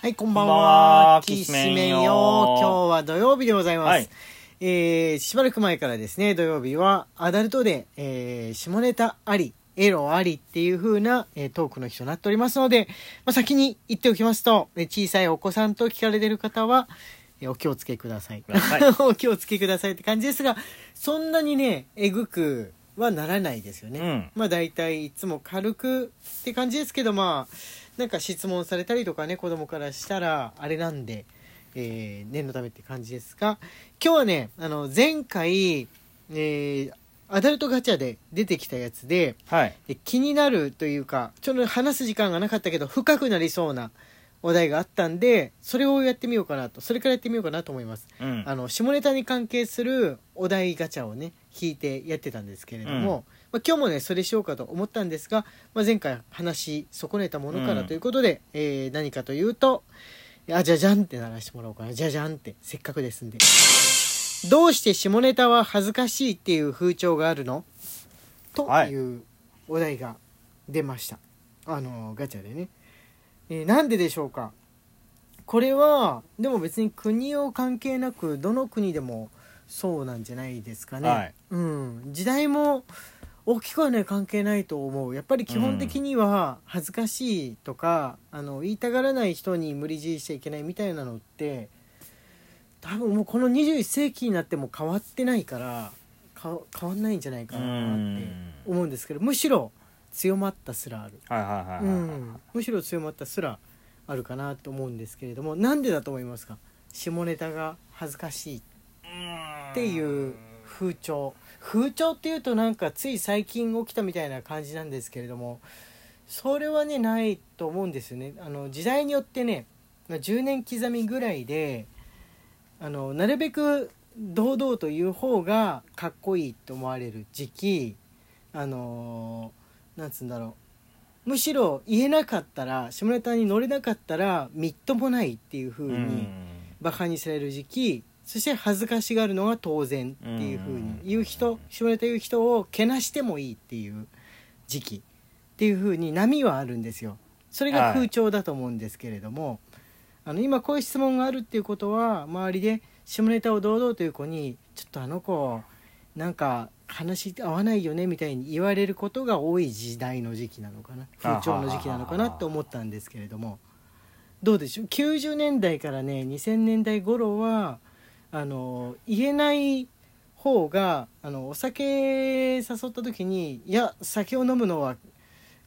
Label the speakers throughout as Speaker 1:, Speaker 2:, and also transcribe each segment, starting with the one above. Speaker 1: はい、こんばん
Speaker 2: こんばん
Speaker 1: は
Speaker 2: は。
Speaker 1: きし
Speaker 2: きしめ
Speaker 1: め
Speaker 2: ん
Speaker 1: ん
Speaker 2: よ
Speaker 1: よ。今日は土曜日でございます。
Speaker 2: はい
Speaker 1: えー、しばらく前からですね、土曜日はアダルトで、えー、下ネタあり、エロありっていう風な、えートークの日となっておりますので、まあ、先に言っておきますと、えー小さいお子さんと聞かれてる方は、えーお気をつけください。
Speaker 2: ください
Speaker 1: お気をつけくださいって感じですが、そんなにね、えぐくはならないですよね。
Speaker 2: うん
Speaker 1: まあ大体いつも軽くって感じですけどまあなんか質問されたりとかね子供からしたらあれなんで、えー念のためって感じですが今日はねあの前回、えーアダルトガチャで出てきたやつで
Speaker 2: はい。
Speaker 1: え気になるというかちょっと話す時間がなかったけど深くなりそうなお題があったんでそれをやってみようかなとそれからやってみようかなと思います。
Speaker 2: うん。
Speaker 1: あの下ネタに関係するお題ガチャをね引いてやってたんですけれども、
Speaker 2: うん
Speaker 1: まあ、今日もねそれしようかと思ったんですが、まあ、前回話し損ねたものから
Speaker 2: うん
Speaker 1: ということで、えー何かというと「あじゃじゃん」って鳴らしてもらおうかな「じゃじゃん」ってせっかくですんで「どうして下ネタは恥ずかしいっていう風潮があるの?」と
Speaker 2: はい
Speaker 1: いうお題が出ました、あのガチャでね、えーなんででしょうかこれはでも別に国を関係なくどの国でもそうなんじゃないですかね、
Speaker 2: はい
Speaker 1: うん、時代も大きくはね関係ないと思うやっぱり基本的には恥ずかしいとか、あの言いたがらない人に無理強いしちゃいけないみたいなのって多分もうこの21世紀になっても変わってないからか変わんないんじゃないか
Speaker 2: う
Speaker 1: なって
Speaker 2: ん。
Speaker 1: 思うんですけどむしろ強まったすらある。
Speaker 2: はいはいはいはい。
Speaker 1: うん、むしろ強まったすらあるかなと思うんですけれどもなんでだと思いますか下ネタが恥ずかしいっていう風潮風潮っていうとなんかつい最近起きたみたいな感じなんですけれどもそれはねないと思うんですよねあの時代によってねまあ10年刻みぐらいであのなるべく堂々と言う方がかっこいいと思われる時期あのーなんつうんだろうむしろ言えなかったら下ネタに乗れなかったらみっともないっていう風
Speaker 2: う
Speaker 1: に、
Speaker 2: ん。
Speaker 1: バカにされる時期そして恥ずかしがるのが当然っていう風に
Speaker 2: うん
Speaker 1: 言う人下ネタ言う人をけなしてもいいっていう時期っていう風に波はあるんですよそれが風潮だと思うんですけれども、あの今こういう質問があるっていうことは周りで下ネタを堂々という子に「ちょっとあの子なんか話合わないよね」みたいに言われることが多い時代の時期なのかな風潮の時期なのかなと思ったんですけれどもどうでしょう90年代からね2000年代頃はあの言えない方があのお酒誘った時に「いや酒を飲むのは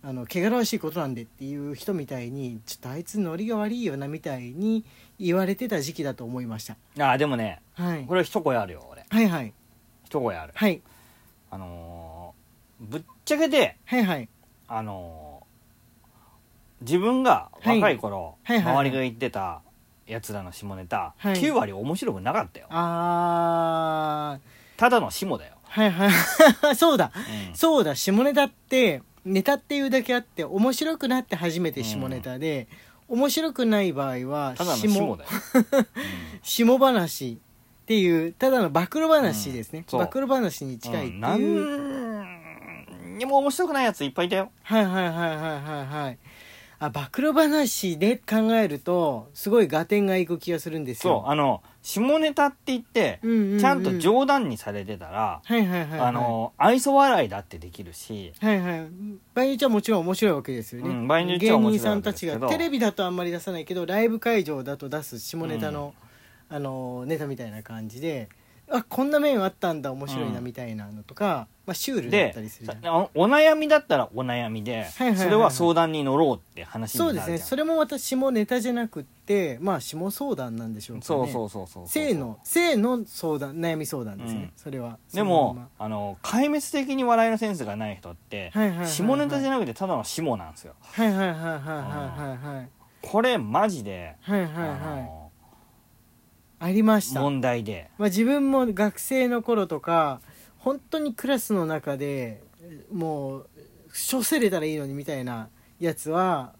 Speaker 1: あの汚らわしいことなんで」っていう人みたいに「ちょっとあいつノリが悪いよな」みたいに言われてた時期だと思いました、
Speaker 2: あ、でもね、
Speaker 1: はい、
Speaker 2: これ一声あるよ、俺。
Speaker 1: はいはい
Speaker 2: 一声ある。
Speaker 1: はい
Speaker 2: あのー、ぶっちゃけて、
Speaker 1: はいはい
Speaker 2: あのー、自分が若い頃、
Speaker 1: はいはいはいはい
Speaker 2: 周りが言ってたやつらの下ネタ、
Speaker 1: はい
Speaker 2: 9割面白くなかったよ。
Speaker 1: あー
Speaker 2: ただの下だよ。
Speaker 1: はいはい そうだ
Speaker 2: うん
Speaker 1: そうだ下ネタってネタっていうだけあって面白くなって初めて下ネタで、面白くない場合は
Speaker 2: ただの
Speaker 1: 下
Speaker 2: 下だよ。
Speaker 1: 下話っていうただの暴露話ですね、
Speaker 2: うんそう
Speaker 1: 暴露話に 近いって
Speaker 2: う
Speaker 1: い
Speaker 2: ん
Speaker 1: う、
Speaker 2: なんにも面白くないやついっぱいいたよ。
Speaker 1: はいはいはいはいはいはいあ暴露話で考えるとすごい合点がいく気がするんです
Speaker 2: そう、
Speaker 1: よ
Speaker 2: あの、下ネタって言って、
Speaker 1: うんうんうん
Speaker 2: ちゃんと冗談にされてたら、
Speaker 1: はいはいはいはい
Speaker 2: あの、愛想笑いだってできるし、
Speaker 1: はいはい場合によっちゃもちろん面白いわけですよね、
Speaker 2: うん場合によっち
Speaker 1: 芸
Speaker 2: ゃ面白いわけ
Speaker 1: 人さんたち
Speaker 2: で
Speaker 1: が
Speaker 2: すけど
Speaker 1: テレビだとあんまり出さないけどライブ会場だと出す下ネタの、あのネタみたいな感じであこんな面あったんだ面白いな
Speaker 2: うん
Speaker 1: みたいなのとか、まあ、シュールだっ
Speaker 2: で
Speaker 1: たりするじゃん
Speaker 2: おお悩みだったらお悩みで、
Speaker 1: いはいはいはい
Speaker 2: それは相談に乗ろうって話にな
Speaker 1: そう
Speaker 2: るじ
Speaker 1: で
Speaker 2: ゃん
Speaker 1: すねそれもまた下ネタじゃなくってまあ下相談なんでしょうかね
Speaker 2: そうそうそうそう
Speaker 1: 性の性の相談悩み相談ですね、
Speaker 2: うん
Speaker 1: それは
Speaker 2: で
Speaker 1: そのま
Speaker 2: も
Speaker 1: ま、
Speaker 2: あの壊滅的に笑いのセンスがない人って、
Speaker 1: はいはいはいはい
Speaker 2: 下ネタじゃなくてただの下なんですよ
Speaker 1: はいはいはいはいはい
Speaker 2: これマジで、
Speaker 1: はいはいはいはい
Speaker 2: あ
Speaker 1: はい
Speaker 2: の
Speaker 1: ありました
Speaker 2: 問題で
Speaker 1: まあ、自分も学生の頃とか本当にクラスの中でもう処せれたらいいのにみたいなやつは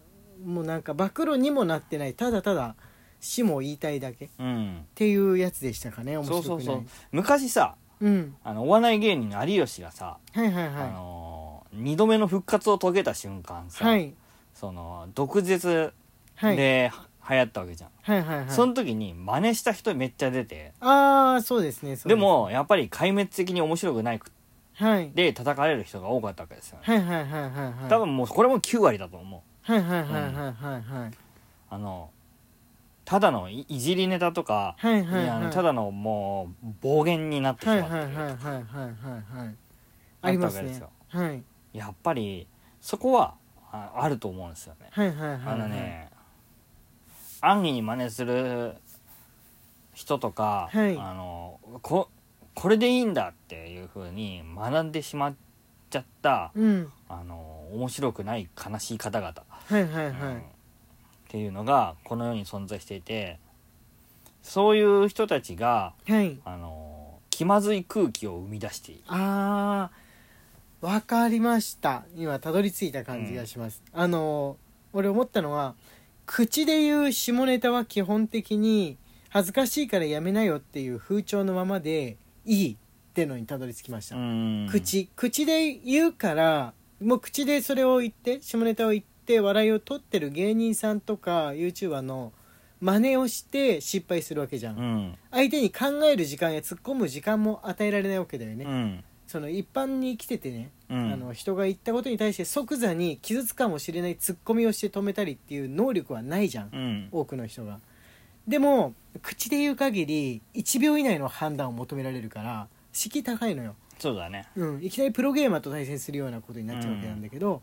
Speaker 1: もうなんか暴露にもなってないただただ死も言いたいだけっ
Speaker 2: うん
Speaker 1: ていうやつでしたかね面
Speaker 2: そ
Speaker 1: 白
Speaker 2: う
Speaker 1: くない
Speaker 2: そうそう昔さ
Speaker 1: うん
Speaker 2: あのお笑い芸人の有吉がさ、
Speaker 1: はいはい
Speaker 2: あ
Speaker 1: は
Speaker 2: の2度目の復活を遂げた瞬間
Speaker 1: い
Speaker 2: さ、
Speaker 1: はい
Speaker 2: その毒舌
Speaker 1: はい
Speaker 2: で流行ったわけじゃん、
Speaker 1: はいはいはい
Speaker 2: その時に真似した人めっちゃ出て
Speaker 1: ああそうですねそうす
Speaker 2: でもやっぱり壊滅的に面白くないく
Speaker 1: はい
Speaker 2: で叩かれる人が多かったわけですよね、
Speaker 1: はいはいはいはいはい
Speaker 2: 多分もうこれも9割だと思う
Speaker 1: はいはいはいはいはいはい
Speaker 2: あのただのいいじりネタとか、
Speaker 1: はいはいはい
Speaker 2: いやあのただのもう暴言になってしま
Speaker 1: はい
Speaker 2: っ
Speaker 1: はい
Speaker 2: て
Speaker 1: はい
Speaker 2: る、
Speaker 1: はいはいはいはいありますねはい
Speaker 2: やっぱりそこはああると思うんですよね、
Speaker 1: はいはいはいはい
Speaker 2: あのね安易に真似する人とか、
Speaker 1: はい
Speaker 2: あのここれでいいんだっていうふうに学んでしまっちゃった
Speaker 1: うん
Speaker 2: あの面白くない悲しい方々
Speaker 1: はいはいはい
Speaker 2: うんっていうのがこの世に存在していてそういう人たちが
Speaker 1: はい
Speaker 2: あの気まずい空気を生み出している
Speaker 1: あーわかりました今たどり着いた感じがします、あの俺思ったのは口で言う下ネタは基本的に恥ずかしいからやめなよっていう風潮のままでいいってのにたどり着きました、
Speaker 2: うん
Speaker 1: 口口で言うからもう口でそれを言って下ネタを言って笑いを取ってる芸人さんとか YouTuber の真似をして失敗するわけじゃん、
Speaker 2: うん
Speaker 1: 相手に考える時間や突っ込む時間も与えられないわけだよね、
Speaker 2: うん
Speaker 1: その一般に生きててね、
Speaker 2: うん
Speaker 1: あの人が言ったことに対して即座に傷つくかもしれないツッコミをして止めたりっていう能力はないじゃん、
Speaker 2: うん
Speaker 1: 多くの人がでも口で言う限り1秒以内の判断を求められるから敷居高いのよ、
Speaker 2: そうだね
Speaker 1: うん、いきなりプロゲーマーと対戦するようなことになっちゃうわけなんだけど、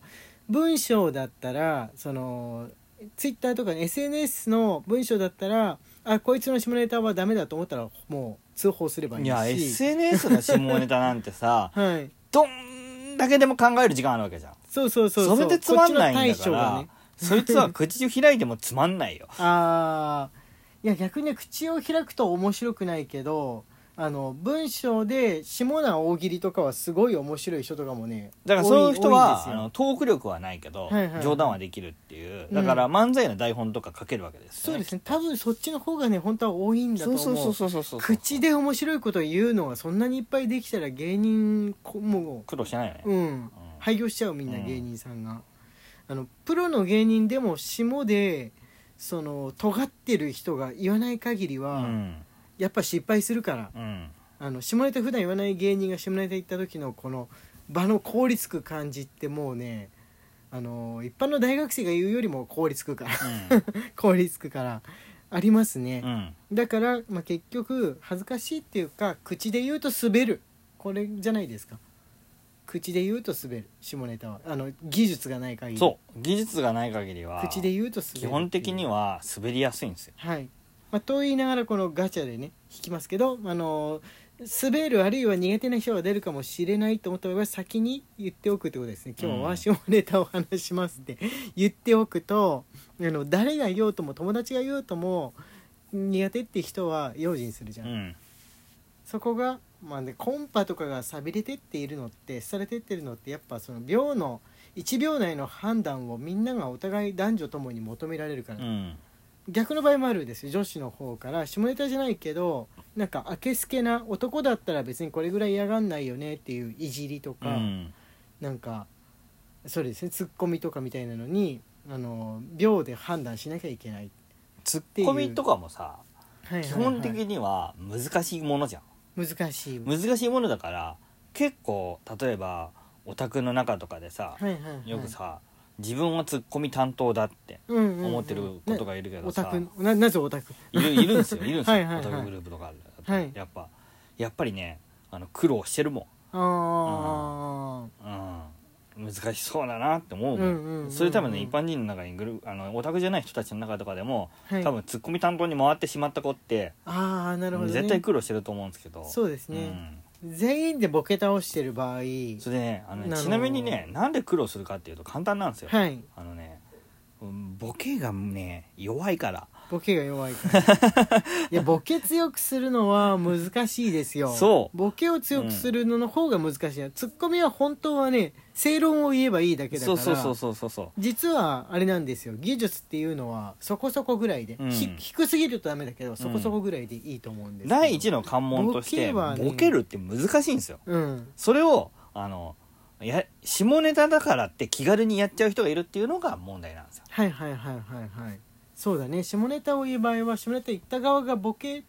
Speaker 1: 文章だったらそのツイッターとか SNS の文章だったらあこいつの下ネタはダメだと思ったらもう通報すればいい
Speaker 2: い
Speaker 1: し
Speaker 2: や SNS の下ネタなんて さ
Speaker 1: はい
Speaker 2: どんだけでも考える時間あるわけじゃん
Speaker 1: そうそうそう
Speaker 2: それでつまんないんだ
Speaker 1: こっちの対処
Speaker 2: か
Speaker 1: が
Speaker 2: ら、
Speaker 1: ね
Speaker 2: そいつは 口を開いてもつまんないよ
Speaker 1: あーいや逆にね口を開くと面白くないけどあの文章で下な大喜利とかはすごい面白い人とかもね
Speaker 2: だからそういう人は
Speaker 1: 多
Speaker 2: あ
Speaker 1: い多いん
Speaker 2: のトーク力はないけど、
Speaker 1: はいはいはい
Speaker 2: 冗談はできるっていうだから漫才の台本とか書けるわけです
Speaker 1: で
Speaker 2: よ
Speaker 1: すよそう
Speaker 2: ね
Speaker 1: ですね多分そっちの方がね本当は多いんだと
Speaker 2: そ
Speaker 1: 思
Speaker 2: う
Speaker 1: う
Speaker 2: そうそうそうそうそう
Speaker 1: 口で面白いことを言うのがそんなにいっぱいできたら芸人こも
Speaker 2: 苦労してないよね、
Speaker 1: ううん
Speaker 2: うん
Speaker 1: 廃業しちゃうみんな
Speaker 2: うん
Speaker 1: 芸人さんが、あのプロの芸人でも下でその尖ってる人が言わない限りは、
Speaker 2: うん
Speaker 1: やっぱ失敗するから
Speaker 2: うん
Speaker 1: あの下ネタ普段言わない芸人が下ネタ行った時のこの場の凍りつく感じってもうねあの一般の大学生が言うよりも凍りつくから凍りつくからありますね
Speaker 2: う、ん
Speaker 1: だから、まあ、結局恥ずかしいっていうか口で言うと滑るこれじゃないですか口で言うと滑る下ネタはあの技術がない限
Speaker 2: う ん
Speaker 1: り
Speaker 2: そう技術がない限りは
Speaker 1: 口で言うと滑るってい
Speaker 2: 基
Speaker 1: う
Speaker 2: 本的には滑りやすいんですよ
Speaker 1: はい、まあ、と言いながらこのガチャでね引きますけど、あの滑るあるいは苦手な人が出るかもしれないと思った場合は先に言っておくってことですね今日は下ネタを話しますって、 言っておくとあの誰が言おうとも友達が言おうとも苦手って人は用心するじゃ、
Speaker 2: うんん
Speaker 1: そこが、まあね、コンパとかがさびれてっているのってされてってるのってやっぱその秒の1秒内の判断をみんながお互い男女ともに求められるから
Speaker 2: うん
Speaker 1: 逆の場合もあるんですよ女子の方から下ネタじゃないけどなんかあけすけな男だったら別にこれぐらい嫌がんないよねっていういじりと
Speaker 2: う
Speaker 1: か、
Speaker 2: ん
Speaker 1: なんかそうですねツッコミとかみたいなのにあの秒で判断しなきゃいけない、
Speaker 2: ツッコミとかもさ
Speaker 1: はいはいはい
Speaker 2: 基本的には難しいものじゃん
Speaker 1: 難しい、
Speaker 2: 難しいものだから結構例えばオタクの中とかでさ
Speaker 1: はいはいはい、
Speaker 2: よくさ自分はツッコミ担当だって
Speaker 1: うんうんうん、
Speaker 2: 思ってることがいるけ
Speaker 1: ね
Speaker 2: ど
Speaker 1: オ
Speaker 2: さ
Speaker 1: タクななぜオタク
Speaker 2: いるいるんですよいるんです
Speaker 1: は
Speaker 2: よ
Speaker 1: いはいはい
Speaker 2: オタクグループとかある
Speaker 1: はい
Speaker 2: やっぱやっぱりねあの苦労してるも
Speaker 1: ああ
Speaker 2: ん、うん、難しそうだなって思うもん,、
Speaker 1: うんうんうんうん
Speaker 2: そういうためね一般人の中にグループあのオタクじゃない人たちの中とかでも、
Speaker 1: はい
Speaker 2: 多分ツッコミ担当に回ってしまった子って、
Speaker 1: ああなるほど、ね、
Speaker 2: 絶対苦労してると思うんですけど
Speaker 1: そうですね、全員でボケ倒してる場合はい
Speaker 2: うん、それでねあのね
Speaker 1: なるほ
Speaker 2: ち
Speaker 1: ど
Speaker 2: なみにねなんで苦労するかっていうと簡単なんですよ、
Speaker 1: はい
Speaker 2: あのねうんボケがね弱いから
Speaker 1: ボケが弱いから いやボケ強くするのは難しいですよ
Speaker 2: そう
Speaker 1: ボケを強くするのの方が難しい、ツッコミは本当はね正論を言えばいいだけだか
Speaker 2: そう
Speaker 1: ら
Speaker 2: そうそうそうそうそ
Speaker 1: 実はあれなんですよ技術っていうのはそこそこぐらいで、
Speaker 2: うん
Speaker 1: ひ低すぎるとダメだけどそこそこぐらいでいいと思うんで
Speaker 2: う
Speaker 1: す
Speaker 2: 第一
Speaker 1: の
Speaker 2: の関門とし
Speaker 1: ボ
Speaker 2: て
Speaker 1: ケはね
Speaker 2: ボケるって難しいんですよ
Speaker 1: うん
Speaker 2: それをあのや下ネタだからって気軽にやっちゃう人がいるっていうのが問題なんですよ
Speaker 1: はいはいはいはいはいそうだね下ネタを言う場合は下ネタ言った側がボケ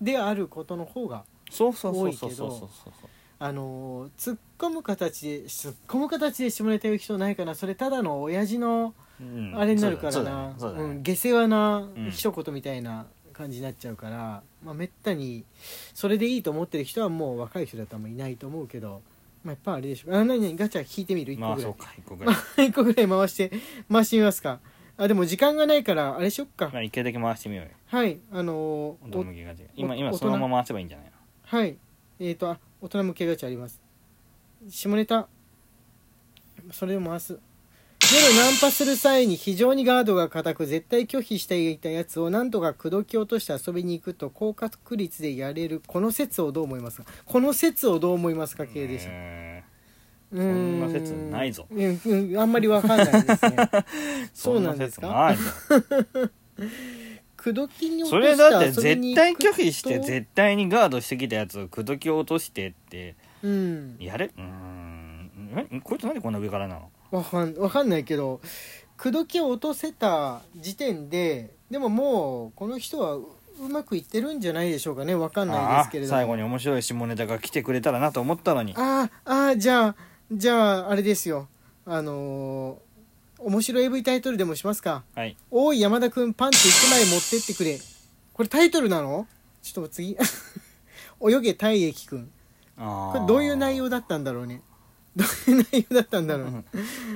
Speaker 1: であることの方が
Speaker 2: そうそうそうそう
Speaker 1: 多いけ
Speaker 2: そう
Speaker 1: ど
Speaker 2: そうそう
Speaker 1: あのー突っ込む形で突っ込む形で下ネタ言う人ないかなそれただの親父の
Speaker 2: うん
Speaker 1: あれになるから
Speaker 2: そうだ
Speaker 1: な
Speaker 2: ねそうだね
Speaker 1: うん下世話な
Speaker 2: うん
Speaker 1: 一言みたいな感じになっちゃうから、まあ、めったにそれでいいと思ってる人はもう若い人だとあんまいないと思うけど、まあ、やっぱあれでしょあ何々ガチャ引いてみる一
Speaker 2: ま
Speaker 1: 個
Speaker 2: あ
Speaker 1: ぐら
Speaker 2: そ
Speaker 1: いう
Speaker 2: か一個ぐらい
Speaker 1: 一個ぐらい回して回してみますかあでも時間がないからあれしよっか
Speaker 2: まあ一回だけ回してみようよ
Speaker 1: はいあのー
Speaker 2: 大人
Speaker 1: お
Speaker 2: 向けガチャ今今
Speaker 1: 大人
Speaker 2: そのまま回せばいいんじゃないの
Speaker 1: はいえっ、とあ大人向けガチャあります下ネタそれを回す夜ナンパする際に非常にガードが固く絶対拒否していたやつを何とか口説き落として遊びに行くと高確率でやれるこの説をどう思いますかこの説をどう思いますか系でした
Speaker 2: え
Speaker 1: うー
Speaker 2: そんな説ないぞ
Speaker 1: うん、うん、あんまりわかんな いですね
Speaker 2: ー
Speaker 1: そうなんですか
Speaker 2: そな説ないぞ
Speaker 1: 口説きに
Speaker 2: そ
Speaker 1: 落と
Speaker 2: れ
Speaker 1: して
Speaker 2: だって
Speaker 1: 遊びに
Speaker 2: 絶対
Speaker 1: 行くと
Speaker 2: 拒否して絶対にガードしてきたやつを口説き落としてって
Speaker 1: うん
Speaker 2: やれうーんえこいつなんでこんな上からなの
Speaker 1: わかんわかんないけど口説きを落とせた時点ででももうこの人はううまくいってるんじゃないでしょうかねわかんないですけれど
Speaker 2: あー
Speaker 1: も
Speaker 2: 最後に面白い下ネタが来てくれたらなと思ったのに
Speaker 1: あーあーじゃあじゃああれですよあのー面白い AV タイトルでもしますか
Speaker 2: はい
Speaker 1: 「おい山田君パンツ1枚持ってってくれ」これタイトルなのちょっと次「 泳げ体液くん」
Speaker 2: あ
Speaker 1: こ
Speaker 2: ー
Speaker 1: れどういう内容だったんだろうねどういう内容だったんだろうね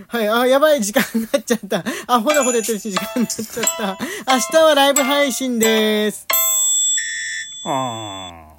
Speaker 1: はいあやばい時間になっちゃったあほなほでやってるし時間になっちゃった明日はライブ配信です
Speaker 2: あー